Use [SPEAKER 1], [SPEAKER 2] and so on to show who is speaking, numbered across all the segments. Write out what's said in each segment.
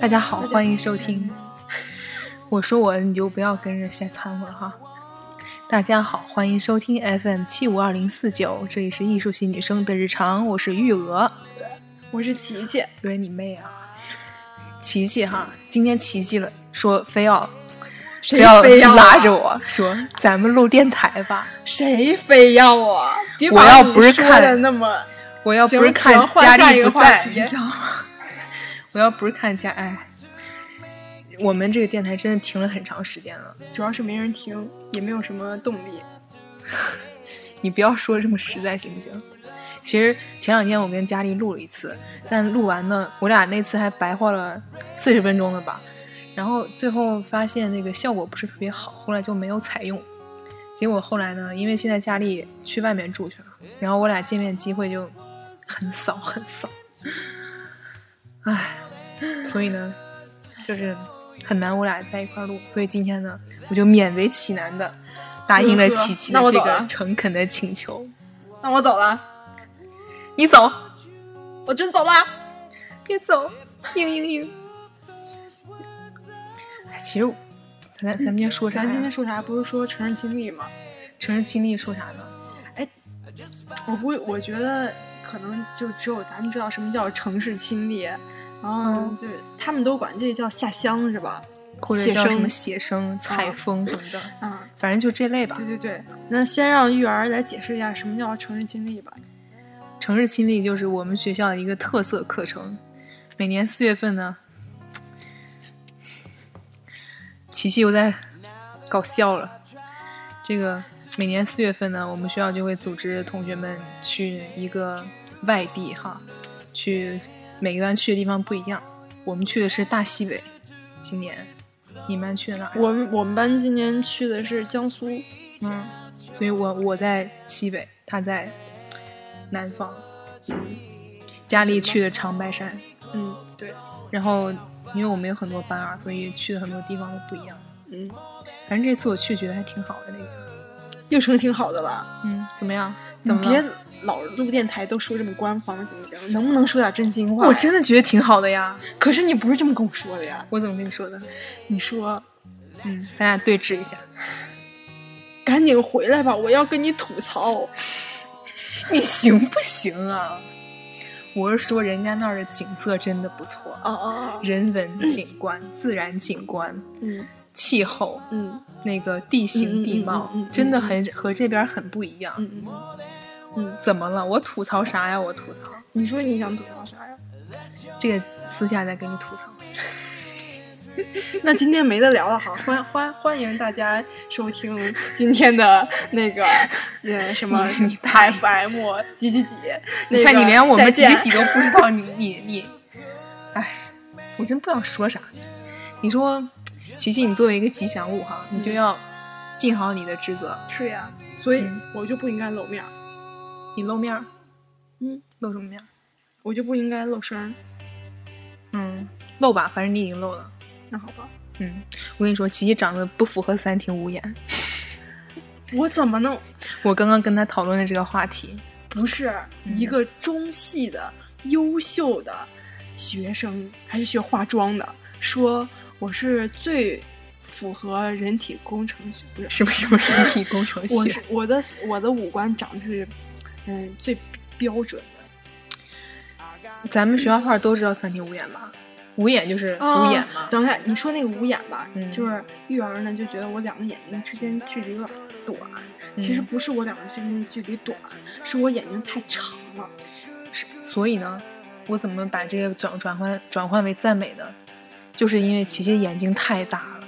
[SPEAKER 1] 大家好，欢迎收听。 我说我你就不要跟着瞎掺和哈。大家好，欢迎收听 FM 七五二零四九，这里是艺术系女生的日常，我是玉娥。
[SPEAKER 2] 我是琪琪，
[SPEAKER 1] 对你妹啊！琪琪哈，今天琪琪了，说非要
[SPEAKER 2] 谁非要啊
[SPEAKER 1] 拉着我说咱们录电台吧。
[SPEAKER 2] 谁非要我？别把
[SPEAKER 1] 我要不是
[SPEAKER 2] 你说
[SPEAKER 1] 看
[SPEAKER 2] 的那么，
[SPEAKER 1] 我要不
[SPEAKER 2] 行
[SPEAKER 1] 是看
[SPEAKER 2] 行换
[SPEAKER 1] 佳
[SPEAKER 2] 下
[SPEAKER 1] 丽
[SPEAKER 2] 一
[SPEAKER 1] 不
[SPEAKER 2] 个话
[SPEAKER 1] 在，
[SPEAKER 2] 题
[SPEAKER 1] 你知道吗？ 我要不是看佳，哎，我们这个电台真的停了很长时间了。
[SPEAKER 2] 主要是没人听，也没有什么动力。
[SPEAKER 1] 你不要说得这么实在行不行？其实前两天我跟佳丽录了一次，但录完呢，我俩那次还白话了四十分钟了吧。然后最后发现那个效果不是特别好，后来就没有采用。结果后来呢，因为现在佳丽去外面住去了，然后我俩见面机会就很少很少。唉，所以呢，就是很难我俩在一块儿录。所以今天呢，我就勉为其难的答应了
[SPEAKER 2] 呵呵
[SPEAKER 1] 琪琪的
[SPEAKER 2] 嗯那我
[SPEAKER 1] 这
[SPEAKER 2] 走
[SPEAKER 1] 个
[SPEAKER 2] 了
[SPEAKER 1] 诚恳的请求。
[SPEAKER 2] 那我走了，
[SPEAKER 1] 你走，
[SPEAKER 2] 我真走了。
[SPEAKER 1] 别走，嘤嘤嘤。哎，其实我咱咱咱们今天说啥
[SPEAKER 2] 咱今
[SPEAKER 1] 呀
[SPEAKER 2] 天？说啥？不是说成人经历吗？
[SPEAKER 1] 成人亲历说啥呢？
[SPEAKER 2] 我估计，我觉得可能就只有咱们知道什么叫城市亲历，然后
[SPEAKER 1] 嗯
[SPEAKER 2] 就是他们都管这叫下乡是吧？
[SPEAKER 1] 或者
[SPEAKER 2] 写
[SPEAKER 1] 叫什
[SPEAKER 2] 生
[SPEAKER 1] 么写生、采风什么的，
[SPEAKER 2] 嗯，
[SPEAKER 1] 反正就这类吧
[SPEAKER 2] 对。对对。那先让玉儿来解释一下什么叫城市经历吧。
[SPEAKER 1] 城市亲历就是我们学校的一个特色课程，每年四月份呢，琪琪又在搞笑了。这个每年四月份呢，我们学校就会组织同学们去一个外地哈，去每个班去的地方不一样。我们去的是大西北，今年你们班去了哪儿？
[SPEAKER 2] 我们我们班今年去的是江苏，
[SPEAKER 1] 嗯，所以我我在西北，他在南方。佳丽去的长白山，
[SPEAKER 2] 嗯，对，
[SPEAKER 1] 然后因为我们有很多班啊，所以去的很多地方都不一样。
[SPEAKER 2] 嗯，
[SPEAKER 1] 反正这次我去觉得还挺好的那个，
[SPEAKER 2] 又成挺好的了。
[SPEAKER 1] 嗯，怎么样？
[SPEAKER 2] 怎
[SPEAKER 1] 怎
[SPEAKER 2] 么
[SPEAKER 1] 么
[SPEAKER 2] 别
[SPEAKER 1] 了？
[SPEAKER 2] 老录电台都说这么官方行不行？能不能说点嗯真心话呀？
[SPEAKER 1] 我真的觉得挺好的呀。
[SPEAKER 2] 可是你不是这么跟我说的呀？
[SPEAKER 1] 我怎么跟你说的？
[SPEAKER 2] 你说
[SPEAKER 1] 嗯，咱俩对峙一下。
[SPEAKER 2] 赶紧回来吧，我要跟你吐槽。
[SPEAKER 1] 你行不行啊？我是说人家那儿的景色真的不错，
[SPEAKER 2] 哦哦，
[SPEAKER 1] 人文景观、自然景观、
[SPEAKER 2] 嗯
[SPEAKER 1] 气候，
[SPEAKER 2] 嗯
[SPEAKER 1] 那个地形地貌，
[SPEAKER 2] 嗯嗯嗯嗯嗯
[SPEAKER 1] 真的很和这边很不一样。
[SPEAKER 2] 嗯嗯嗯，
[SPEAKER 1] 怎么了？我吐槽啥呀？我吐槽
[SPEAKER 2] 你说你想吐槽啥呀？
[SPEAKER 1] 这个，私下再跟你吐槽。
[SPEAKER 2] 那今天没得聊了哈，欢欢欢迎大家收听 今天的那 个呃什么
[SPEAKER 1] 你大
[SPEAKER 2] FM 几几几。
[SPEAKER 1] 你看，你连我们几
[SPEAKER 2] 几
[SPEAKER 1] 几都不知道，你你你，哎，我真不想说啥。你说，琪琪，你作为一个吉祥物哈，
[SPEAKER 2] 嗯
[SPEAKER 1] 你就要尽好你的职责。
[SPEAKER 2] 是呀，所以
[SPEAKER 1] 嗯
[SPEAKER 2] 我就不应该露面儿，
[SPEAKER 1] 你露面儿，
[SPEAKER 2] 嗯，
[SPEAKER 1] 露什么面儿？
[SPEAKER 2] 我就不应该露声儿，
[SPEAKER 1] 嗯，露吧，反正你已经露了。
[SPEAKER 2] 那好吧。
[SPEAKER 1] 嗯，我跟你说，琪琪长得不符合三庭五眼。
[SPEAKER 2] 我怎么能
[SPEAKER 1] 我刚刚跟他讨论了这个话题，
[SPEAKER 2] 不是一个中戏的优秀的学生，还是学化妆的，说我是最符合人体工程学，不是，
[SPEAKER 1] 是不是不是人 体工程
[SPEAKER 2] 我
[SPEAKER 1] 学
[SPEAKER 2] 是？我的我的五官长得是，嗯，最标准的，
[SPEAKER 1] 咱们学校画都知道三庭五眼吧？五眼就是五
[SPEAKER 2] 五
[SPEAKER 1] 眼
[SPEAKER 2] 眼
[SPEAKER 1] 嘛。
[SPEAKER 2] 等一下，你说那个五眼吧，
[SPEAKER 1] 嗯
[SPEAKER 2] 就是玉儿呢就觉得我两个眼睛之间距离有点短，其实不是我两个之间的距离短，是我眼睛太长了。
[SPEAKER 1] 是所以呢，我怎么把这个转转换转换为赞美呢？就是因为琪琪眼睛太大了，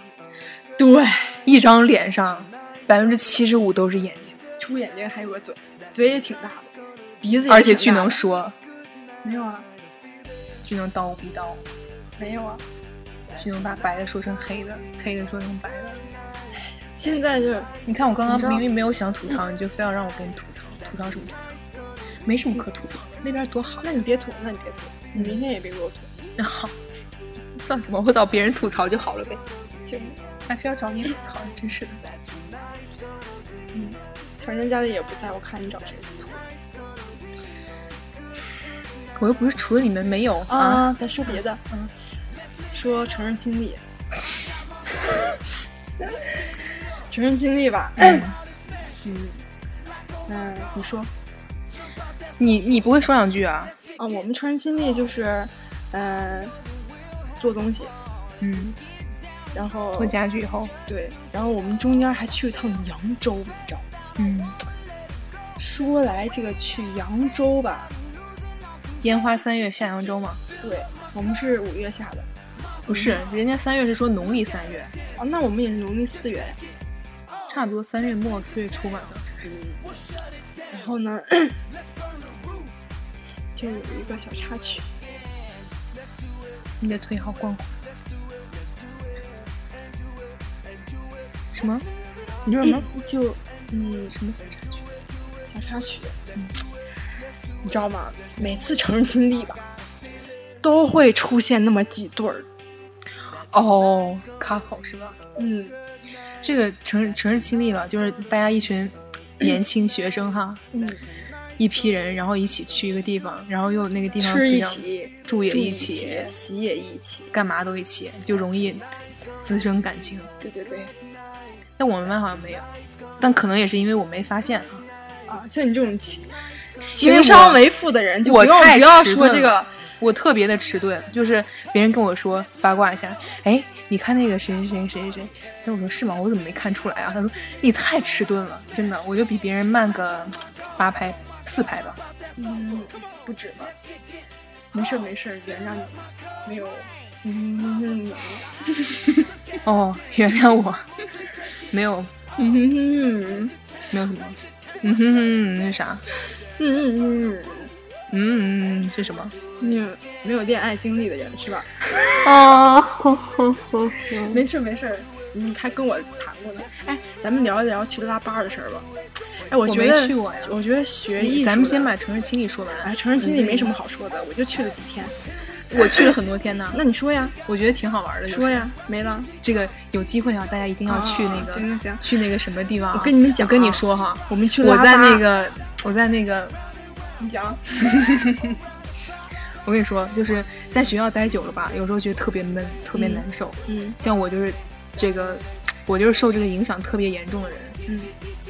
[SPEAKER 2] 对，
[SPEAKER 1] 一张脸上百分之七十五都是眼睛，
[SPEAKER 2] 除眼睛还有个嘴，嘴也挺大的，鼻子也
[SPEAKER 1] 而且巨
[SPEAKER 2] 挺大的
[SPEAKER 1] 能说，
[SPEAKER 2] 没有啊，
[SPEAKER 1] 巨能叨逼叨，
[SPEAKER 2] 没有啊。
[SPEAKER 1] 巨能把白的说成黑的，黑的说成白的。
[SPEAKER 2] 现在就是
[SPEAKER 1] 你看我刚
[SPEAKER 2] 你知
[SPEAKER 1] 刚
[SPEAKER 2] 道
[SPEAKER 1] 明明没有想吐槽，你就非要让我跟你吐槽，吐槽什么吐槽？没什么可吐槽的，那边多好。
[SPEAKER 2] 那你别吐，那你别吐，你明天也别给我吐，
[SPEAKER 1] 好，算什么？我找别人吐槽就好了呗，
[SPEAKER 2] 行吗？
[SPEAKER 1] 还非要找你吐槽，真是的。
[SPEAKER 2] 反正家里也不在，我看你找谁吐
[SPEAKER 1] 我又不是除了你们没有啊。
[SPEAKER 2] 啊。咱说别的，嗯，说成人经历，成人经历吧，嗯
[SPEAKER 1] 嗯
[SPEAKER 2] 嗯，你说
[SPEAKER 1] 你你不会说两句啊？
[SPEAKER 2] 啊？我们成人经历就是，嗯、做东西，
[SPEAKER 1] 嗯，
[SPEAKER 2] 然后
[SPEAKER 1] 做家具以后，
[SPEAKER 2] 对，然后我们中间还去一趟扬州，你知道吗？
[SPEAKER 1] 嗯，
[SPEAKER 2] 说来这个去扬州吧，
[SPEAKER 1] 烟花三月下扬州嘛，
[SPEAKER 2] 对我们是五月下的，
[SPEAKER 1] 不是，人家三月是说农历三月，
[SPEAKER 2] 啊，那我们也是农历四月呀。
[SPEAKER 1] 差不多三月末四月初吧。
[SPEAKER 2] 然后呢，就有一个小插曲，
[SPEAKER 1] 你的腿好光滑。什么？你说什么？
[SPEAKER 2] 就嗯，什么小插曲？小插曲，嗯，你知道吗？每次成人经历吧，都会出现那么几对儿，
[SPEAKER 1] 哦，卡口是吧？
[SPEAKER 2] 嗯，
[SPEAKER 1] 这个成人成人亲历吧，就是大家一群年轻学生哈，
[SPEAKER 2] 嗯，
[SPEAKER 1] 一批人，然后一起去一个地方，然后又那个地方
[SPEAKER 2] 吃
[SPEAKER 1] 比
[SPEAKER 2] 一
[SPEAKER 1] 较，
[SPEAKER 2] 起，
[SPEAKER 1] 住也
[SPEAKER 2] 住
[SPEAKER 1] 一
[SPEAKER 2] 起
[SPEAKER 1] 起，，
[SPEAKER 2] 洗也一起，
[SPEAKER 1] 干嘛都一起，就容易滋生感情。
[SPEAKER 2] 对对对，
[SPEAKER 1] 但我们班好像没有，但可能也是因为我没发现啊。
[SPEAKER 2] 啊，像你这种情
[SPEAKER 1] 因为
[SPEAKER 2] 情
[SPEAKER 1] 我
[SPEAKER 2] 商为负的人，就不
[SPEAKER 1] 我
[SPEAKER 2] 用
[SPEAKER 1] 太
[SPEAKER 2] 不要
[SPEAKER 1] 迟
[SPEAKER 2] 说
[SPEAKER 1] 钝
[SPEAKER 2] 这
[SPEAKER 1] 了
[SPEAKER 2] 个，
[SPEAKER 1] 我特别的迟钝，就是别人跟我说八卦一下，哎，你看那个谁谁谁谁谁，那我说是吗？我怎么没看出来啊？他说你太迟钝了，真的，我就比别人慢个八拍四拍吧。
[SPEAKER 2] 嗯，不止吧。没事儿没事儿，原谅你，没有，嗯，
[SPEAKER 1] 哦，原谅我， 没有
[SPEAKER 2] 嗯嗯
[SPEAKER 1] 没有什么，嗯哼哼，那啥，
[SPEAKER 2] 嗯
[SPEAKER 1] 嗯嗯，是什么？
[SPEAKER 2] 嗯，你没有恋爱经历的人是吧？
[SPEAKER 1] 哦，
[SPEAKER 2] 没事儿没事儿，你还跟我谈过呢。哎，咱们聊一聊去拉巴的事儿吧。哎，我
[SPEAKER 1] 我
[SPEAKER 2] 觉
[SPEAKER 1] 没
[SPEAKER 2] 得
[SPEAKER 1] 去过呀
[SPEAKER 2] 我觉得学艺术的，
[SPEAKER 1] 咱们先把嗯城市清理说完。啊
[SPEAKER 2] 哎，成人心里没什么好说的，我就去了几天。
[SPEAKER 1] 我去了很多天呢，
[SPEAKER 2] 那你说呀，
[SPEAKER 1] 我觉得挺好玩的。就是
[SPEAKER 2] 说，呀，没了。
[SPEAKER 1] 这个有机会啊，大家一定要去那
[SPEAKER 2] 哦行行
[SPEAKER 1] 个
[SPEAKER 2] 行
[SPEAKER 1] 去那个什么地方啊。
[SPEAKER 2] 我跟你们讲啊
[SPEAKER 1] 我跟你说哈，
[SPEAKER 2] 我们去
[SPEAKER 1] 我
[SPEAKER 2] 拉巴，
[SPEAKER 1] 在那个我在那个
[SPEAKER 2] 你讲，
[SPEAKER 1] 我跟你说，就是在学校待久了吧，有时候觉得特别闷，特别难受。
[SPEAKER 2] 嗯
[SPEAKER 1] 像我就是这个，我就是受这个影响特别严重的人。
[SPEAKER 2] 嗯，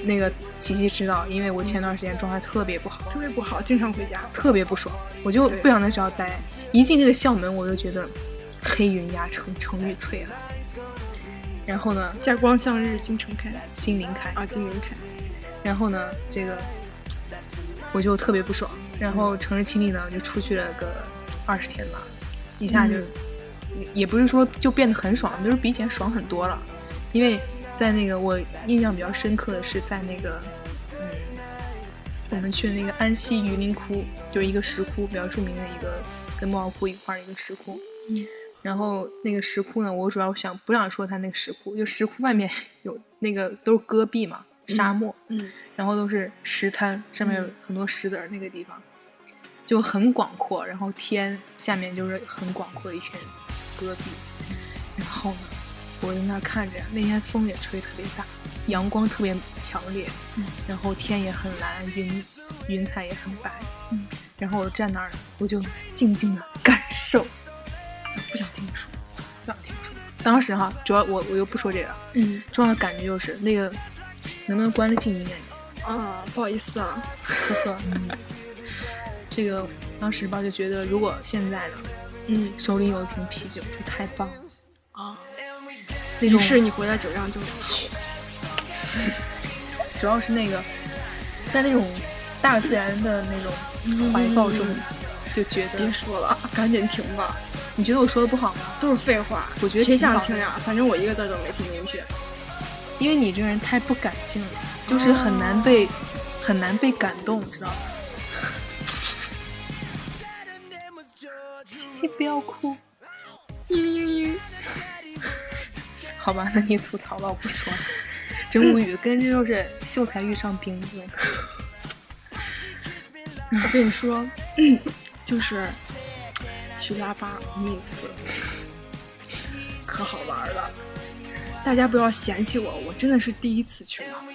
[SPEAKER 1] 那个琪琪知道，因为我前段时间状态特别不好，
[SPEAKER 2] 特别不好，经常回家。
[SPEAKER 1] 特别不爽，我就
[SPEAKER 2] 嗯对
[SPEAKER 1] 不想在学校待。一进这个校门，我就觉得黑云压城城欲摧了。然后呢，
[SPEAKER 2] 家光向日金城开
[SPEAKER 1] 金鳞开，
[SPEAKER 2] 啊，金陵开。
[SPEAKER 1] 然后呢，这个我就特别不爽。然后城市清理呢，就出去了个二十天吧，一下就、
[SPEAKER 2] 嗯
[SPEAKER 1] 也也不是说就变得很爽，就是比以前爽很多了。因为在那个我印象比较深刻的是在那个嗯，我们去那个安溪榆林窟，就是一个石窟，比较著名的一个跟莫高窟一块儿的一个石窟。
[SPEAKER 2] 嗯
[SPEAKER 1] 然后那个石窟呢，我主要想不想说它那个石窟，就石窟外面 有那个都是戈壁嘛，沙漠，
[SPEAKER 2] 嗯
[SPEAKER 1] 然后都是石滩，上面有
[SPEAKER 2] 嗯
[SPEAKER 1] 很多石子儿，那个地方、就很广阔，然后天下面就是很广阔的一片戈壁。然后呢，我在那儿看着，那天风也吹特别大，阳光特别强烈，
[SPEAKER 2] 嗯
[SPEAKER 1] 然后天也很蓝，云云彩也很白。
[SPEAKER 2] 嗯
[SPEAKER 1] 然后我站那儿，我就静静的感受，
[SPEAKER 2] 不想听你说。
[SPEAKER 1] 不想听说。当时哈，主要我我又不说这个了，
[SPEAKER 2] 嗯
[SPEAKER 1] 重要的感觉就是那个，能不能关了静音啊你？
[SPEAKER 2] 啊，不好意思啊。
[SPEAKER 1] 呵呵，这个当时吧就觉得，如果现在呢
[SPEAKER 2] 嗯
[SPEAKER 1] 手里有一瓶啤酒，就太棒了。
[SPEAKER 2] 啊，
[SPEAKER 1] 那
[SPEAKER 2] 于
[SPEAKER 1] 种
[SPEAKER 2] 是你回到酒上就好。
[SPEAKER 1] 主要是那个，在那种大自然的那种怀抱中，就觉
[SPEAKER 2] 别
[SPEAKER 1] 得
[SPEAKER 2] 说了，赶紧停吧，
[SPEAKER 1] 你觉得我说的不好吗？
[SPEAKER 2] 都是废话。
[SPEAKER 1] 我觉得
[SPEAKER 2] 谁
[SPEAKER 1] 挺好
[SPEAKER 2] 想
[SPEAKER 1] 的
[SPEAKER 2] 听呀？反正我一个字儿都没听进去。
[SPEAKER 1] 因为你这个人太不感性了，就是很难被、很难被感动，知道吗？ 琪琪不要哭，嘤嘤嘤。好吧，那你吐槽吧，我不说了，真无语，跟这就是秀才遇上兵一样。
[SPEAKER 2] 我跟你说，就是去拉巴那次，可好玩儿了。大家不要嫌弃我，我真的是第一次去拉巴。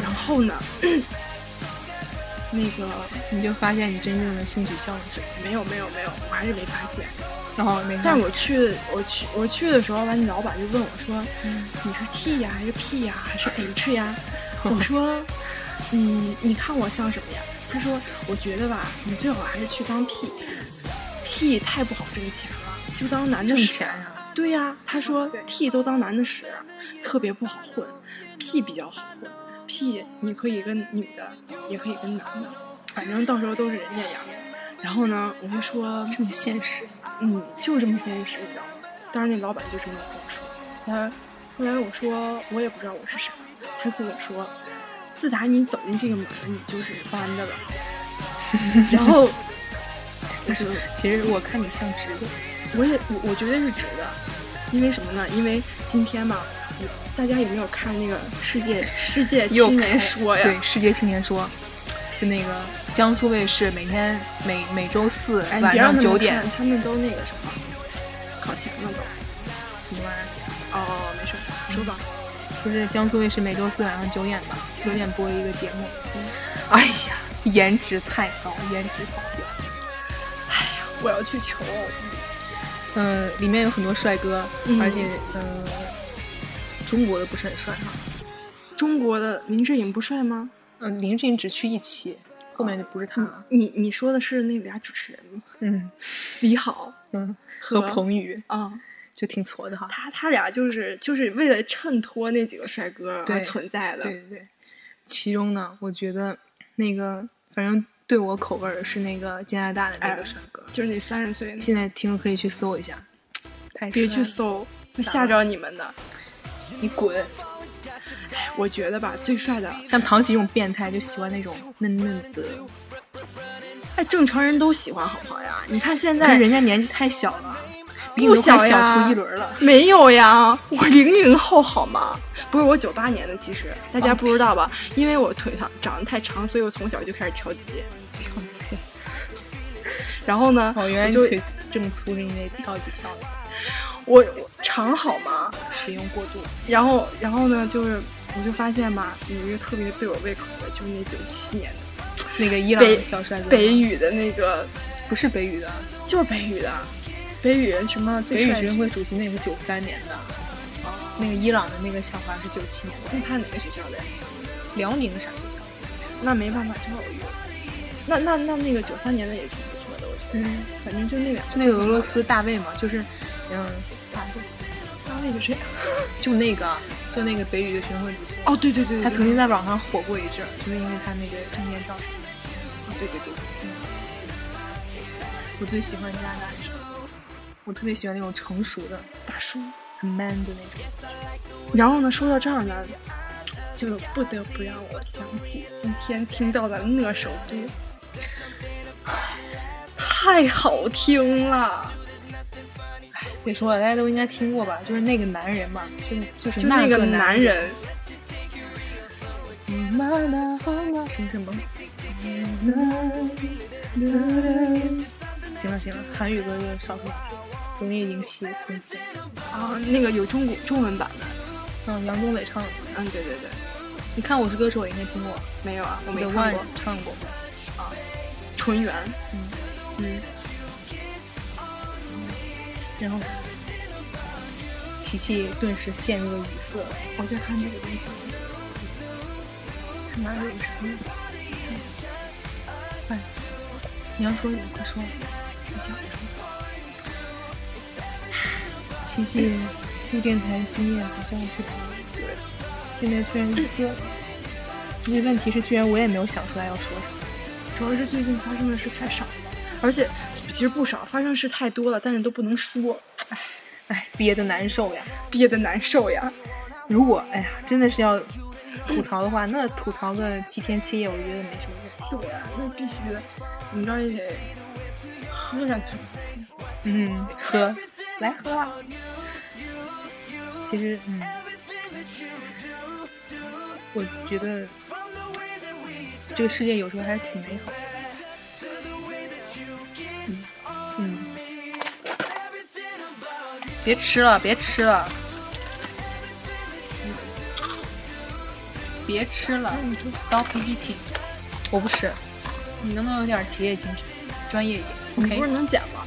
[SPEAKER 2] 然后呢， 那个
[SPEAKER 1] 你就发现你真正的性取向是什么？
[SPEAKER 2] 没有没有没有，我还是没发现。
[SPEAKER 1] 然后没啥
[SPEAKER 2] 但是我
[SPEAKER 1] 钱
[SPEAKER 2] 去，我去，我去的时候，完老板就问我说：“
[SPEAKER 1] 嗯
[SPEAKER 2] 你是 T 呀，还是 P 呀，还是 H 呀？” 我说：“嗯，你看我像什么呀？”他说：“我觉得吧，你最好还是去当 P，P 太不好挣钱了，就当男的
[SPEAKER 1] 挣
[SPEAKER 2] 使。
[SPEAKER 1] 钱啊呀、
[SPEAKER 2] 对呀、他
[SPEAKER 1] 哇
[SPEAKER 2] 说
[SPEAKER 1] 塞
[SPEAKER 2] T 都当男的使，特别不好混，P 比较好混，P 你可以跟女的，也可以跟男的，反正到时候都是人家养我。然后呢，我就说，
[SPEAKER 1] 这么现实。
[SPEAKER 2] 嗯，就这么现实，你知道吗？当时那老板就这么跟我说。
[SPEAKER 1] 他
[SPEAKER 2] 后来我说我也不知道我是啥，他跟我说，自打你走进这个门，你就是弯的了。然后我就
[SPEAKER 1] 其实我看你像直的，
[SPEAKER 2] 我也我我绝对是直的，因为什么呢？因为今天嘛，我大家有没有看那个世界世界青年说呀？
[SPEAKER 1] 对，世界青年说，就那个江苏卫视每天每每周四
[SPEAKER 2] 哎，
[SPEAKER 1] 晚
[SPEAKER 2] 别
[SPEAKER 1] 上
[SPEAKER 2] 让他们
[SPEAKER 1] 九点
[SPEAKER 2] 看，他们都那个什么，考前了都。
[SPEAKER 1] 什么玩意儿？
[SPEAKER 2] 哦，没事儿，说吧。
[SPEAKER 1] 不是江苏卫视每周四晚上九点吧？九点播一个节目
[SPEAKER 2] 嗯。
[SPEAKER 1] 哎呀，颜值太高，颜值爆表。
[SPEAKER 2] 我要去求偶，
[SPEAKER 1] 嗯，里面有很多帅哥，
[SPEAKER 2] 嗯
[SPEAKER 1] 而且嗯、中国的不是很帅哈。
[SPEAKER 2] 中国的林志颖不帅吗？
[SPEAKER 1] 嗯，林志颖只去一期，后面就不是他了。
[SPEAKER 2] 你你说的是那俩主持人吗？
[SPEAKER 1] 嗯
[SPEAKER 2] 李好
[SPEAKER 1] 嗯，和
[SPEAKER 2] 和
[SPEAKER 1] 彭宇
[SPEAKER 2] 啊、
[SPEAKER 1] 就挺矬的哈。
[SPEAKER 2] 他他俩就是就是为了衬托那几个帅哥
[SPEAKER 1] 对
[SPEAKER 2] 而存在的。
[SPEAKER 1] 对对对，其中呢，我觉得那个反正对我口味儿的是那个加拿大的那个
[SPEAKER 2] 哎
[SPEAKER 1] 帅哥，
[SPEAKER 2] 就是那三十岁那，
[SPEAKER 1] 现在听可以去搜一下，太
[SPEAKER 2] 别
[SPEAKER 1] 帅
[SPEAKER 2] 去
[SPEAKER 1] 了，
[SPEAKER 2] 搜，会
[SPEAKER 1] 咋
[SPEAKER 2] 吓
[SPEAKER 1] 了
[SPEAKER 2] 着你们的。
[SPEAKER 1] 你滚！
[SPEAKER 2] 我觉得吧，最帅的，
[SPEAKER 1] 像唐琪这种变态就喜欢那种嫩嫩的，
[SPEAKER 2] 哎，正常人都喜欢，好不好呀？你看现
[SPEAKER 1] 但
[SPEAKER 2] 在
[SPEAKER 1] 是人家年纪太小了，比你
[SPEAKER 2] 不
[SPEAKER 1] 都快
[SPEAKER 2] 小
[SPEAKER 1] 小
[SPEAKER 2] 呀
[SPEAKER 1] 出一轮 了。
[SPEAKER 2] 没有呀，我零零后好吗？不是我九八年的，其实大家不知道吧？因为我腿长长得太长，所以我从小就开始调节。然后呢，
[SPEAKER 1] 哦，原来
[SPEAKER 2] 我
[SPEAKER 1] 你
[SPEAKER 2] 就
[SPEAKER 1] 腿这么粗是因为跳几跳的
[SPEAKER 2] 我我长好吗？
[SPEAKER 1] 使用过度。
[SPEAKER 2] 然后，然后呢，就是我就发现吧，有一个特别对我胃口的，就是那九七年的
[SPEAKER 1] 那个伊朗
[SPEAKER 2] 北
[SPEAKER 1] 的小帅哥，
[SPEAKER 2] 北语的那个，
[SPEAKER 1] 不是北语的，
[SPEAKER 2] 就是北语的，北语什么
[SPEAKER 1] 北
[SPEAKER 2] 最
[SPEAKER 1] 语
[SPEAKER 2] 帅
[SPEAKER 1] 学
[SPEAKER 2] 的哦
[SPEAKER 1] 生会主席那个九三年的，那个伊朗的那个小孩是九七年的，
[SPEAKER 2] 那他哪个学校的呀？
[SPEAKER 1] 辽宁啥的。
[SPEAKER 2] 那没办法，求偶欲。那那那那个九三年的也挺不错的，我觉得。
[SPEAKER 1] 嗯
[SPEAKER 2] 反正就那两个。
[SPEAKER 1] 就那个俄罗斯大卫嘛，就是，嗯，大卫，
[SPEAKER 2] 大卫是谁？啊
[SPEAKER 1] 就那个，就那个北语的学生会主席，
[SPEAKER 2] 哦，对对对，对
[SPEAKER 1] 他曾经在网上火过一阵儿，就是因为他那个证件照什么的。
[SPEAKER 2] 对对对对对。
[SPEAKER 1] 我最喜欢加拿大是什么，我特别喜欢那种成熟的、
[SPEAKER 2] 大叔。
[SPEAKER 1] 很 man 的那种。
[SPEAKER 2] 然后呢，说到这儿呢，就不得不让我想起今天听到的那首歌，太好听了。
[SPEAKER 1] 别说了，大家都应该听过吧？就是那个男人嘛，就是就是
[SPEAKER 2] 就那
[SPEAKER 1] 个
[SPEAKER 2] 个男
[SPEAKER 1] 男人，
[SPEAKER 2] 人，
[SPEAKER 1] 嗯妈妈好吗什么什么。行了行了，韩语歌就少说，容易引起攻击。
[SPEAKER 2] 啊，那个有中国中文版的，
[SPEAKER 1] 嗯，杨宗纬唱的。
[SPEAKER 2] 嗯，对对对，
[SPEAKER 1] 你看《我是歌手》也应该听过，
[SPEAKER 2] 没有啊，我
[SPEAKER 1] 我
[SPEAKER 2] 没
[SPEAKER 1] 的
[SPEAKER 2] 看
[SPEAKER 1] One
[SPEAKER 2] 过。
[SPEAKER 1] 唱过。
[SPEAKER 2] 纯元，
[SPEAKER 1] 嗯
[SPEAKER 2] 嗯，
[SPEAKER 1] 然后琪琪顿时陷入了语塞。
[SPEAKER 2] 我在看这个东西，
[SPEAKER 1] 他哪有什么？哎，你要说你快说，
[SPEAKER 2] 我想说，
[SPEAKER 1] 琪琪录电台经验好像不同，现在居然语塞了。因为问题是，居然我也没有想出来要说什么。
[SPEAKER 2] 主要是最近发生的事太少了，而且其实不少，发生事太多了，但是都不能说，
[SPEAKER 1] 哎，憋得难受呀。
[SPEAKER 2] 憋得难受呀。
[SPEAKER 1] 如果哎呀，真的是要吐槽的话，那吐槽个七天七夜，我觉得没什么问题。
[SPEAKER 2] 对啊，那必须的，怎么着也得喝上它。
[SPEAKER 1] 嗯，喝，来喝啊！其实，嗯，我觉得这个世界有时候还是挺美好的。嗯，嗯别吃了，别吃了，别吃了，stop eating。我不吃，你能不能有点职业精神，专业一点
[SPEAKER 2] 你
[SPEAKER 1] ？OK，
[SPEAKER 2] 不是能减吗？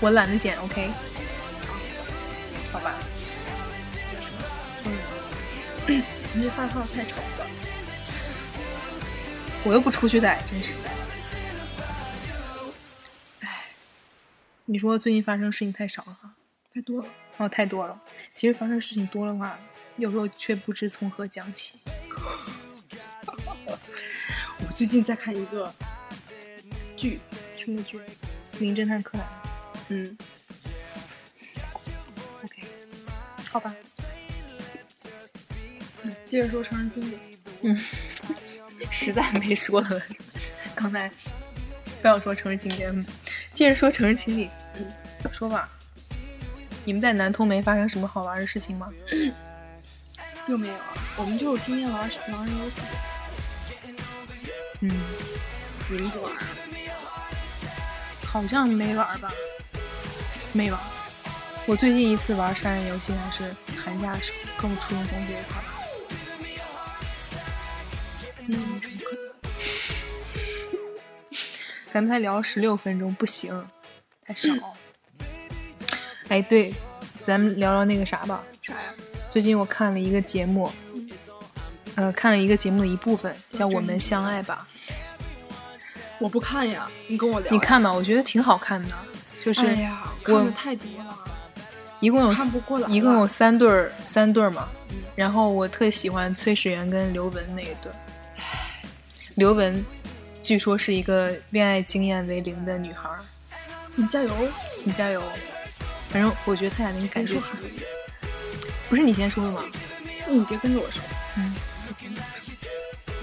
[SPEAKER 1] 我懒得剪，OK？好吧，
[SPEAKER 2] 你这发号太丑了。
[SPEAKER 1] 我又不出去逮，真是。唉，你说最近发生事情太少了哈，
[SPEAKER 2] 太多了。
[SPEAKER 1] 哦，太多了。其实发生事情多的话，有时候却不知从何讲起。
[SPEAKER 2] 我最近在看一个剧，什么剧？
[SPEAKER 1] 名侦探柯南
[SPEAKER 2] 嗯，
[SPEAKER 1] ，OK？好吧，
[SPEAKER 2] 嗯接着说《成人经典》。
[SPEAKER 1] 嗯实在没说的了。刚才非要说城市情节，嗯接着说城市情节，说吧。你们在南通没发生什么好玩的事情吗？
[SPEAKER 2] 又没有啊，我们就是天天玩儿狼人游戏，
[SPEAKER 1] 嗯，
[SPEAKER 2] 你们不玩儿啊？
[SPEAKER 1] 好像没玩吧，没玩。我最近一次玩杀人游戏还是寒假的时候，跟我初中同学一块儿玩。
[SPEAKER 2] 那有什么可聊的？
[SPEAKER 1] 嗯 咱们才聊十六分钟，不行，太少。哎，对，咱们聊聊那个啥吧。
[SPEAKER 2] 啥呀？
[SPEAKER 1] 最近我看了一个节目，呃，看了一个节目的一部分，叫《我们相爱吧》。
[SPEAKER 2] 我不看呀，你跟我聊呀。
[SPEAKER 1] 你看吧，我觉得挺好看的，就是
[SPEAKER 2] 哎呀，
[SPEAKER 1] 我
[SPEAKER 2] 看的太多了，
[SPEAKER 1] 一共有
[SPEAKER 2] 看
[SPEAKER 1] 四
[SPEAKER 2] 不过来了。
[SPEAKER 1] 一共有三对儿，三对儿嘛
[SPEAKER 2] 嗯。
[SPEAKER 1] 然后我特喜欢崔始源跟刘雯那一对儿。刘雯据说是一个恋爱经验为零的女孩儿，
[SPEAKER 2] 你加油，
[SPEAKER 1] 请加油。反正我觉得他俩那个感
[SPEAKER 2] 你
[SPEAKER 1] 觉
[SPEAKER 2] 说
[SPEAKER 1] 挺，
[SPEAKER 2] 韩语，
[SPEAKER 1] 不是你先说的吗？
[SPEAKER 2] 你别跟着我说。
[SPEAKER 1] 嗯，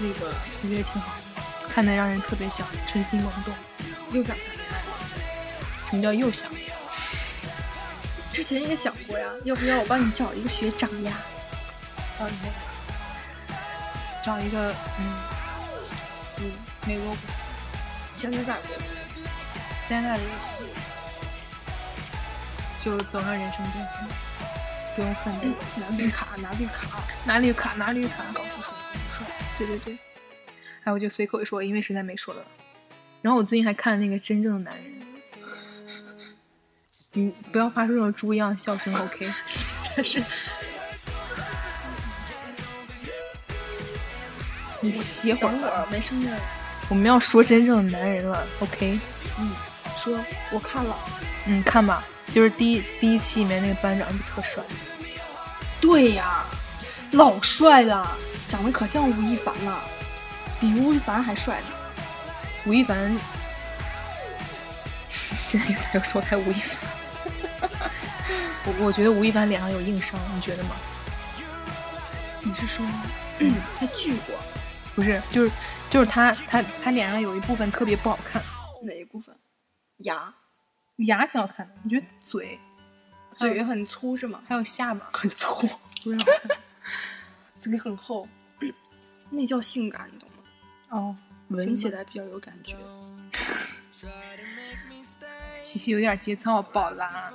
[SPEAKER 2] 那个
[SPEAKER 1] 我觉得挺好的，看得让人特别想，春心萌动。
[SPEAKER 2] 又想谈恋爱了，
[SPEAKER 1] 什么叫又想？
[SPEAKER 2] 之前也想过呀，要不要我帮你找一个学长呀？
[SPEAKER 1] 嗯找一个，嗯找一个，嗯嗯，美国国籍，
[SPEAKER 2] 加拿大国籍，
[SPEAKER 1] 加拿大的也行，就走上人生巅峰，不用奋斗。
[SPEAKER 2] 嗯拿绿卡，拿绿卡，
[SPEAKER 1] 拿绿卡，拿绿卡，搞不出
[SPEAKER 2] 对对对，
[SPEAKER 1] 哎，我就随口一说，因为实在没说的了。然后我最近还看了那个《真正的男人》，你不要发出那种猪一样的笑声，OK？
[SPEAKER 2] 但是
[SPEAKER 1] 你歇会
[SPEAKER 2] 等
[SPEAKER 1] 儿
[SPEAKER 2] 会
[SPEAKER 1] 吧
[SPEAKER 2] 儿，没声音了。
[SPEAKER 1] 我们要说《真正的男人》了，OK？
[SPEAKER 2] 嗯，说我看了，
[SPEAKER 1] 嗯，看吧，就是第一第一期里面那个班长就特帅，
[SPEAKER 2] 对呀，老帅了，长得可像吴亦凡了，比吴亦凡还帅呢。
[SPEAKER 1] 吴亦凡， 现在又在又说开吴亦凡， 我我觉得吴亦凡脸上有硬伤，你觉得吗？
[SPEAKER 2] 你是说 他聚过
[SPEAKER 1] 不是，就是就是他他他脸上有一部分特别不好看，
[SPEAKER 2] 哪一部分？牙，
[SPEAKER 1] 牙挺好看的，我觉得嘴
[SPEAKER 2] 嘴也很粗是吗？
[SPEAKER 1] 还有下巴
[SPEAKER 2] 嗯 很粗，
[SPEAKER 1] 不是好看
[SPEAKER 2] 嘴很厚， 那叫性感，你懂吗？
[SPEAKER 1] 哦，
[SPEAKER 2] 闻
[SPEAKER 1] 闻
[SPEAKER 2] 起
[SPEAKER 1] 起来
[SPEAKER 2] 来比较有感觉。
[SPEAKER 1] 琪琪有点节操啊宝啦，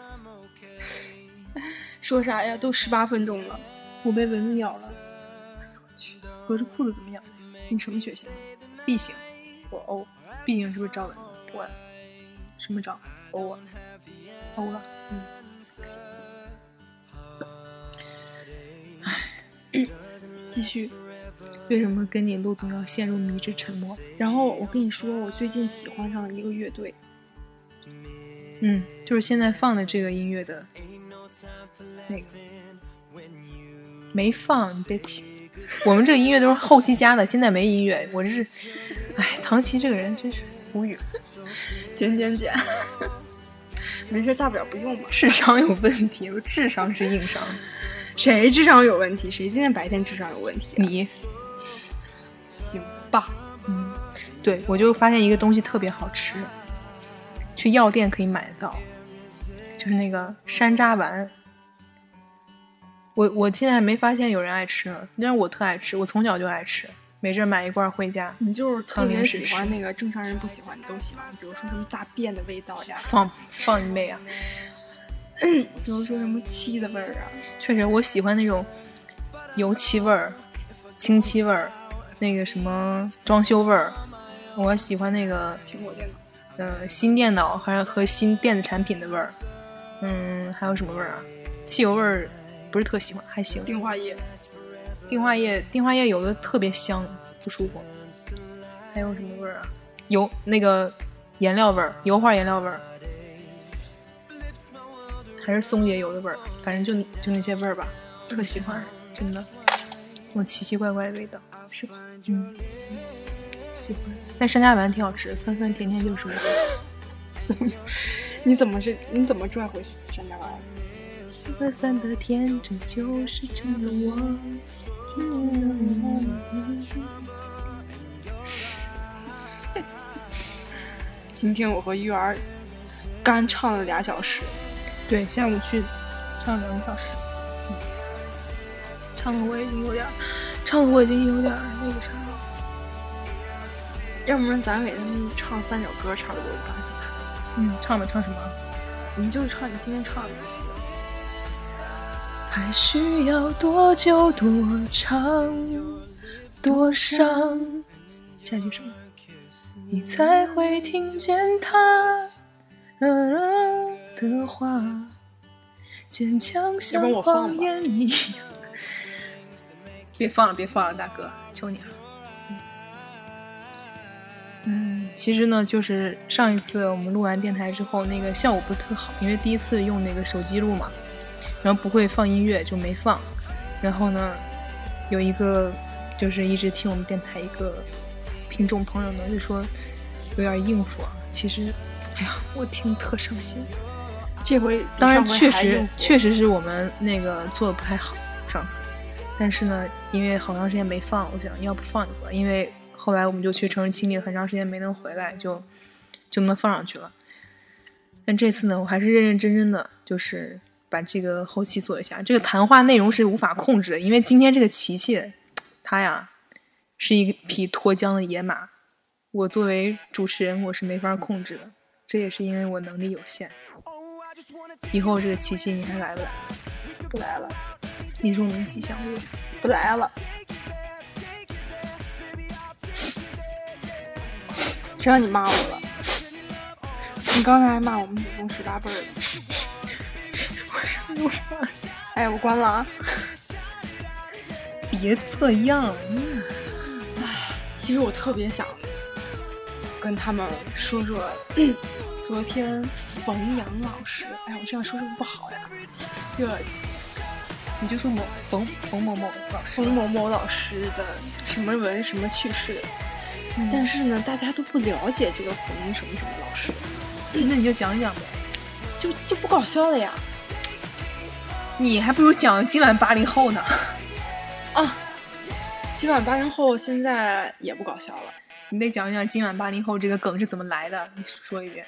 [SPEAKER 2] 说啥呀？都十八分钟了，
[SPEAKER 1] 我被蚊子咬了，
[SPEAKER 2] 隔着裤子怎么样？你什么血型？
[SPEAKER 1] B 型
[SPEAKER 2] 我 O，
[SPEAKER 1] ，B 型是不是招蚊子？
[SPEAKER 2] 我
[SPEAKER 1] 什么招？
[SPEAKER 2] O 啊。
[SPEAKER 1] 欧了，嗯。
[SPEAKER 2] 继续。
[SPEAKER 1] 为什么跟你录总要陷入迷之沉默？
[SPEAKER 2] 然后我跟你说，我最近喜欢上了一个乐队，
[SPEAKER 1] 嗯，就是现在放的这个音乐的那个没放，你别听。我们这个音乐都是后期加的，现在没音乐。我这是，哎，唐琪这个人真是无语，
[SPEAKER 2] 剪剪剪， 没事，大不了不用嘛。
[SPEAKER 1] 智商有问题，我智商是硬伤。
[SPEAKER 2] 谁智商有问题？谁今天白天智商有问题、啊？
[SPEAKER 1] 你
[SPEAKER 2] 行吧，
[SPEAKER 1] 对我就发现一个东西特别好吃，去药店可以买得到，就是那个山楂丸。我我现在还没发现有人爱吃呢，但是我特爱吃，我从小就爱吃，没事儿买一罐儿回家。
[SPEAKER 2] 你就是特
[SPEAKER 1] 当
[SPEAKER 2] 别
[SPEAKER 1] 零食
[SPEAKER 2] 喜欢那个正常人不喜欢的都喜欢，比如说什么大便的味道呀，
[SPEAKER 1] 放放你妹啊！
[SPEAKER 2] 比如说什么漆的味儿啊，
[SPEAKER 1] 确实，我喜欢那种油漆味儿、清漆味儿，那个什么装修味儿，我还喜欢那个
[SPEAKER 2] 苹果电脑。
[SPEAKER 1] 呃，新电脑还是和新电子产品的味儿，嗯，还有什么味儿啊？汽油味儿不是特喜欢，还行。
[SPEAKER 2] 定化液，
[SPEAKER 1] 定化液，定化液有的特别香，不舒服。还有什么味儿啊？油那个颜料味儿，油画颜料味儿，还是松节油的味儿，反正就就那些味儿吧，特喜欢，真的，那种奇奇怪怪的味道，是吧？嗯，喜欢。但山楂丸挺好吃，酸酸甜甜就是味。
[SPEAKER 2] 怎么？你怎么是？你怎么拽回山楂丸？
[SPEAKER 1] 喜欢酸的甜，这就是真的我。
[SPEAKER 2] 今天我和玉儿干唱了俩小时，
[SPEAKER 1] 对，下午去唱两个小时，嗯唱的我已经有点儿，唱的我已经有点儿那个啥了。
[SPEAKER 2] 要不然咱给他们唱三首歌，差不多半个小时。
[SPEAKER 1] 嗯，唱吧，唱什么？
[SPEAKER 2] 你就唱你今天唱的，
[SPEAKER 1] 还需要多久多长多伤？下一句什么？你才会听见他嗯的话，坚强
[SPEAKER 2] 要不然
[SPEAKER 1] 像
[SPEAKER 2] 我放吧
[SPEAKER 1] 谎言一样。别放了，别放了，大哥，求你了。嗯，其实呢，就是上一次我们录完电台之后，那个效果不是特好，因为第一次用那个手机录嘛，然后不会放音乐就没放。然后呢，有一个就是一直听我们电台一个听众朋友呢，就说有点应付啊。其实，哎呀，我听特伤心。
[SPEAKER 2] 这回
[SPEAKER 1] 当然，确
[SPEAKER 2] 上回还
[SPEAKER 1] 实
[SPEAKER 2] 应付
[SPEAKER 1] 确实是我们那个做的不太好，上次。但是呢，因为好长时间没放，我想要不放一会儿，因为后来我们就去城市清理，很长时间没能回来，就就那么放上去了。但这次呢，我还是认认真真的，就是把这个后期做一下。这个谈话内容是无法控制的，因为今天这个琪琪，他呀是一匹脱缰的野马，我作为主持人我是没法控制的，这也是因为我能力有限。以后这个琪琪你还来不来？
[SPEAKER 2] 不来了，
[SPEAKER 1] 你是我们吉祥物。
[SPEAKER 2] 不来了。谁让你骂我了？你刚才还骂我们祖宗十八辈儿呢。
[SPEAKER 1] 我说
[SPEAKER 2] 哎，我关了啊。
[SPEAKER 1] 别这样，嗯
[SPEAKER 2] 其实我特别想跟他们说说，昨天冯阳老师，哎，我这样说是不是不好呀？这个
[SPEAKER 1] 你就说某冯冯某某老师
[SPEAKER 2] 冯某某老师的什么文什么去世，
[SPEAKER 1] 嗯
[SPEAKER 2] 但是呢，大家都不了解这个冯什么什么老师，
[SPEAKER 1] 那你就讲讲呗。
[SPEAKER 2] 就就不搞笑了呀。
[SPEAKER 1] 你还不如讲今晚八零后呢。
[SPEAKER 2] 啊，今晚八零后现在也不搞笑了。
[SPEAKER 1] 你得讲讲今晚八零后这个梗是怎么来的，你说一遍。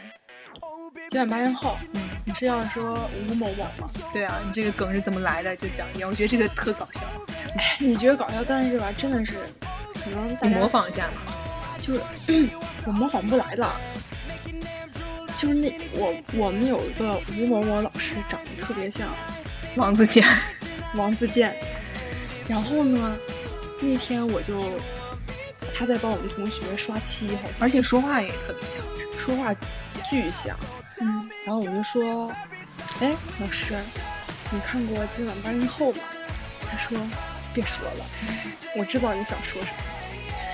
[SPEAKER 2] 今晚八零后，嗯，你是要说吴某某吗？
[SPEAKER 1] 对啊，你这个梗是怎么来的，就讲一遍。我觉得这个特搞笑，
[SPEAKER 2] 哎，你觉得搞笑，但是吧，真的是，可能大
[SPEAKER 1] 你
[SPEAKER 2] 家
[SPEAKER 1] 模仿一下嘛。
[SPEAKER 2] 就是 我模仿不来了。就是那我我们有一个吴某某老师，长得特别像
[SPEAKER 1] 王自健，
[SPEAKER 2] 王自健。然后呢，那天我就他在帮我们同学刷漆，好像
[SPEAKER 1] 而且说话也特别像。
[SPEAKER 2] 说话巨像。
[SPEAKER 1] 嗯，
[SPEAKER 2] 然后我就说：“哎，老师，你看过《今晚八零后》吗？”他说：“别说了，我知道你想说什么。”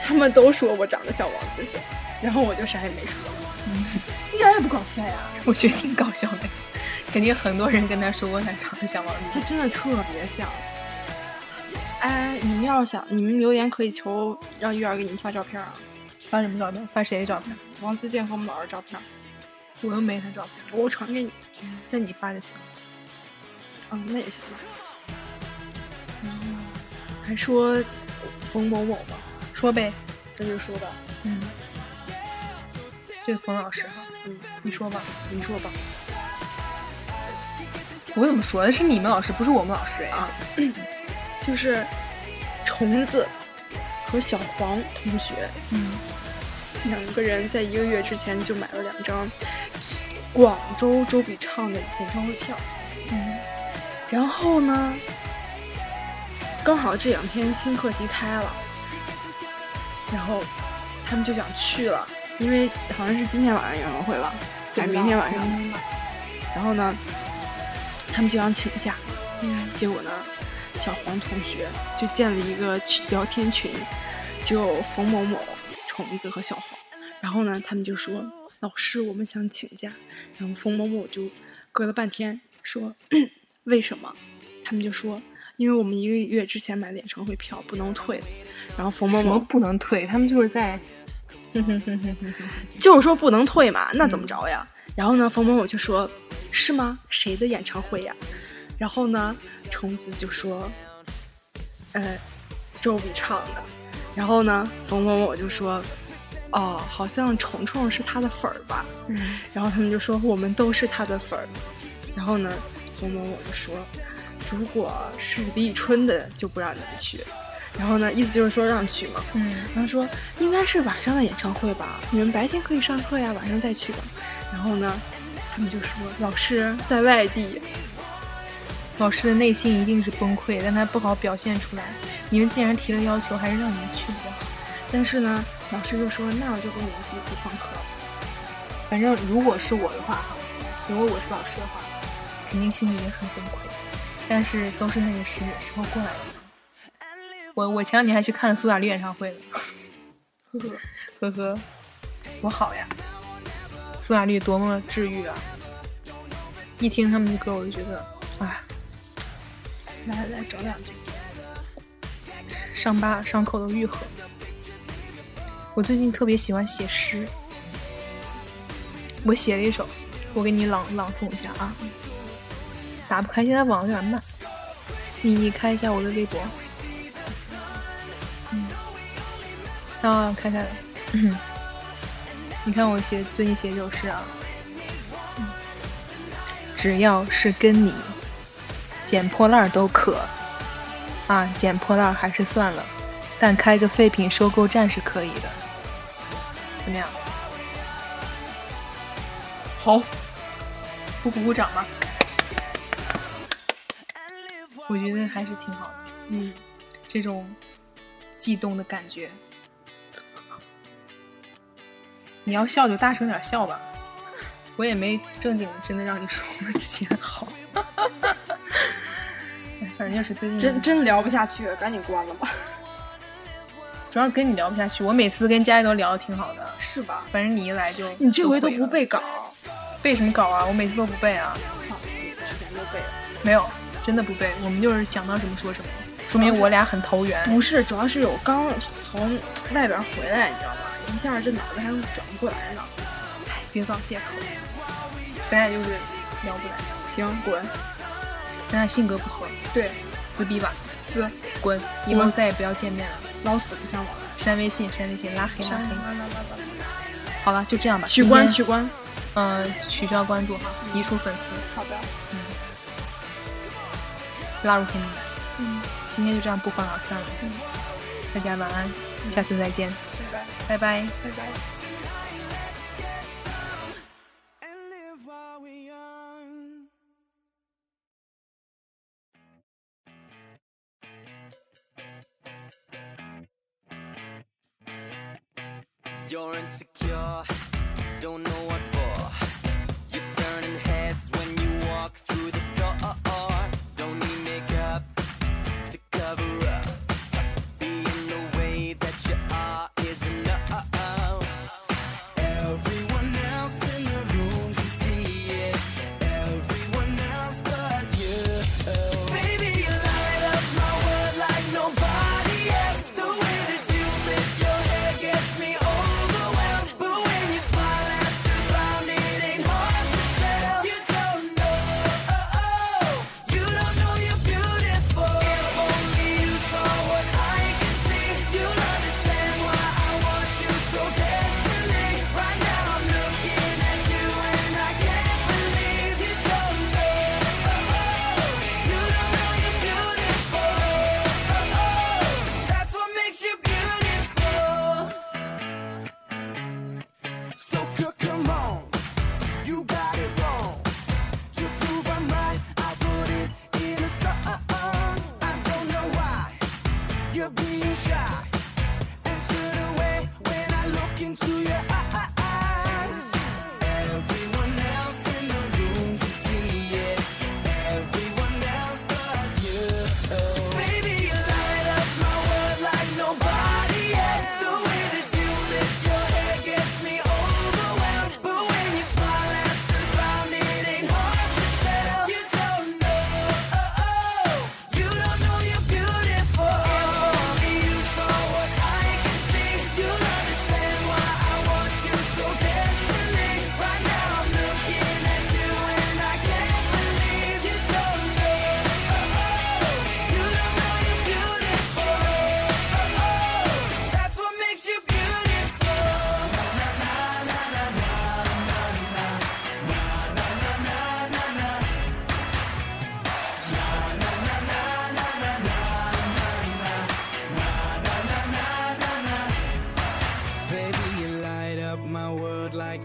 [SPEAKER 2] 他们都说我长得像王自健，然后我就啥也没说了，嗯一点也不搞笑呀、
[SPEAKER 1] 我觉得挺搞笑的，肯定很多人跟他说过他长得像王自
[SPEAKER 2] 他
[SPEAKER 1] 健。
[SPEAKER 2] 真的特别像。哎，你们要想，你们留言可以求让玉儿给你们发照片啊，
[SPEAKER 1] 发什么照片？发谁的照片？
[SPEAKER 2] 王自健和我们老师照片，
[SPEAKER 1] 我又没他照片，
[SPEAKER 2] 我传给你。
[SPEAKER 1] 那你发就行。
[SPEAKER 2] 嗯，那也行吧。嗯，还说冯某某吧，
[SPEAKER 1] 说呗。
[SPEAKER 2] 这就说吧，
[SPEAKER 1] 嗯，这个冯老师哈，
[SPEAKER 2] 嗯，
[SPEAKER 1] 你说吧，
[SPEAKER 2] 你说吧。
[SPEAKER 1] 我怎么说的是你们老师，不是我们老师哎。
[SPEAKER 2] 啊就是虫子和小黄同学
[SPEAKER 1] 嗯，
[SPEAKER 2] 两个人在一个月之前就买了两张广州周笔畅的演唱会票。
[SPEAKER 1] 嗯，
[SPEAKER 2] 然后呢，刚好这两天新课题开了，然后他们就想去了。因为好像是今天晚上演唱会吧，还是明天晚上。
[SPEAKER 1] 嗯
[SPEAKER 2] 然后呢，他们就想请假，
[SPEAKER 1] 嗯
[SPEAKER 2] 结果呢，小黄同学就建了一个群聊天群，只有冯某某、虫子和小黄。然后呢，他们就说：“老师，我们想请假。”然后冯某某就隔了半天说：“ 为什么？”他们就说：“因为我们一个月之前买的演唱会票不能退了。”然后冯某
[SPEAKER 1] 什么
[SPEAKER 2] 某
[SPEAKER 1] 不能退？他们就是在，哼哼哼哼哼哼
[SPEAKER 2] 就是说不能退嘛，那怎么着呀？然后呢，冯某某就说：“是吗？谁的演唱会呀？”然后呢，虫子就说：“呃，周笔畅的。”然后呢，冯某某就说：“哦，好像虫虫是他的粉儿吧？”
[SPEAKER 1] 嗯
[SPEAKER 2] 然后他们就说我们都是他的粉儿。然后呢，冯某某就说，如果是李宇春的就不让你们去。然后呢，意思就是说让去嘛。
[SPEAKER 1] 嗯
[SPEAKER 2] 然后说应该是晚上的演唱会吧，你们白天可以上课呀，晚上再去吧。然后呢，他们就说老师在外地，
[SPEAKER 1] 老师的内心一定是崩溃，但他不好表现出来。你们既然提了要求，还是让你们去比较好。
[SPEAKER 2] 但是呢，老师就说那我就给你们集体旷课。
[SPEAKER 1] 反正如果是我的话哈，如果我是老师的话，肯定心里也很崩溃。但是都是那个时时候过来的。我我前两天还去看了苏打绿演唱会呢，
[SPEAKER 2] 呵呵，
[SPEAKER 1] 呵呵，多好呀！苏打绿多么治愈啊！一听他们的歌，我就觉得，啊，
[SPEAKER 2] 来来整两句。
[SPEAKER 1] 伤疤伤口都愈合了。我最近特别喜欢写诗，我写了一首，我给你朗朗诵一下啊。打不开，现在网有点慢，你你开一下我的微博。嗯，啊，开开了。 你看我写最近写这首诗啊，嗯、只要是跟你，捡破烂儿都可。啊，捡破烂儿还是算了，但开个废品收购站是可以的。怎么样？好，不鼓鼓掌吗？我觉得还是挺好的，
[SPEAKER 2] 嗯，
[SPEAKER 1] 这种悸动的感觉。你要笑就大声点笑吧，我也没正经真的让你说我写得好。 哎反正就是最近
[SPEAKER 2] 真真聊不下去了，赶紧关了吧。
[SPEAKER 1] 主要是跟你聊不下去，我每次跟佳怡都聊的挺好的，
[SPEAKER 2] 是吧？
[SPEAKER 1] 反正你一来就
[SPEAKER 2] 你这回都
[SPEAKER 1] 毁了
[SPEAKER 2] 不背稿，
[SPEAKER 1] 背什么稿啊？我每次都不背啊，
[SPEAKER 2] 好，全都背了。
[SPEAKER 1] 没有，真的不背，我们就是想到什么说什么，说明我俩很投缘。
[SPEAKER 2] 不是，主要是有刚从外边回来，你知道吗？一下这脑子还转不过来呢。
[SPEAKER 1] 哎别找借口，咱俩就是聊不来，
[SPEAKER 2] 行，滚。
[SPEAKER 1] 咱俩性格不合，
[SPEAKER 2] 对，
[SPEAKER 1] 撕逼吧，
[SPEAKER 2] 撕，
[SPEAKER 1] 滚，以后
[SPEAKER 2] 滚
[SPEAKER 1] 再也不要见面了，
[SPEAKER 2] 老死不相往
[SPEAKER 1] 删微信，删微信，拉黑，拉
[SPEAKER 2] 来。
[SPEAKER 1] 黑。好了，就这样吧，
[SPEAKER 2] 取
[SPEAKER 1] 今
[SPEAKER 2] 关，
[SPEAKER 1] 天
[SPEAKER 2] 取嗯关。
[SPEAKER 1] 嗯、取消关注哈，移除粉丝，
[SPEAKER 2] 好的。
[SPEAKER 1] 拉入黑名单。
[SPEAKER 2] 嗯，
[SPEAKER 1] 今天就这样，不欢而散了。
[SPEAKER 2] 嗯
[SPEAKER 1] 大家晚安，下次再见，
[SPEAKER 2] 拜拜，
[SPEAKER 1] 拜拜。
[SPEAKER 2] 拜拜。
[SPEAKER 3] and live while we young. You're insecure, don't know what for. You're turning heads when you walk through the door. Don't need makeup to cover up. Being the way that you are is enough. Everyone else in the room can see it. Everyone else but you. Baby, you light up my world like nobody else. The way that you flip your hair gets me overwhelmed. But when you smile at the clouds.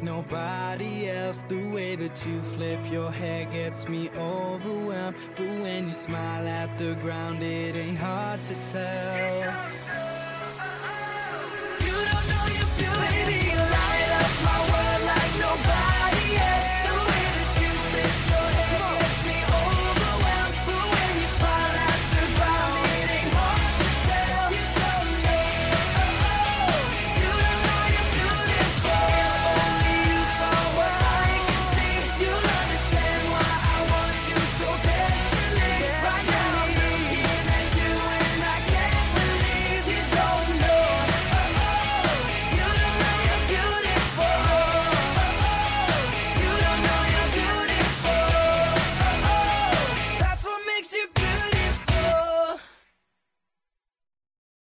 [SPEAKER 3] nobody else. The way that you flip your hair gets me overwhelmed. But when you smile at the ground, it ain't hard to tell.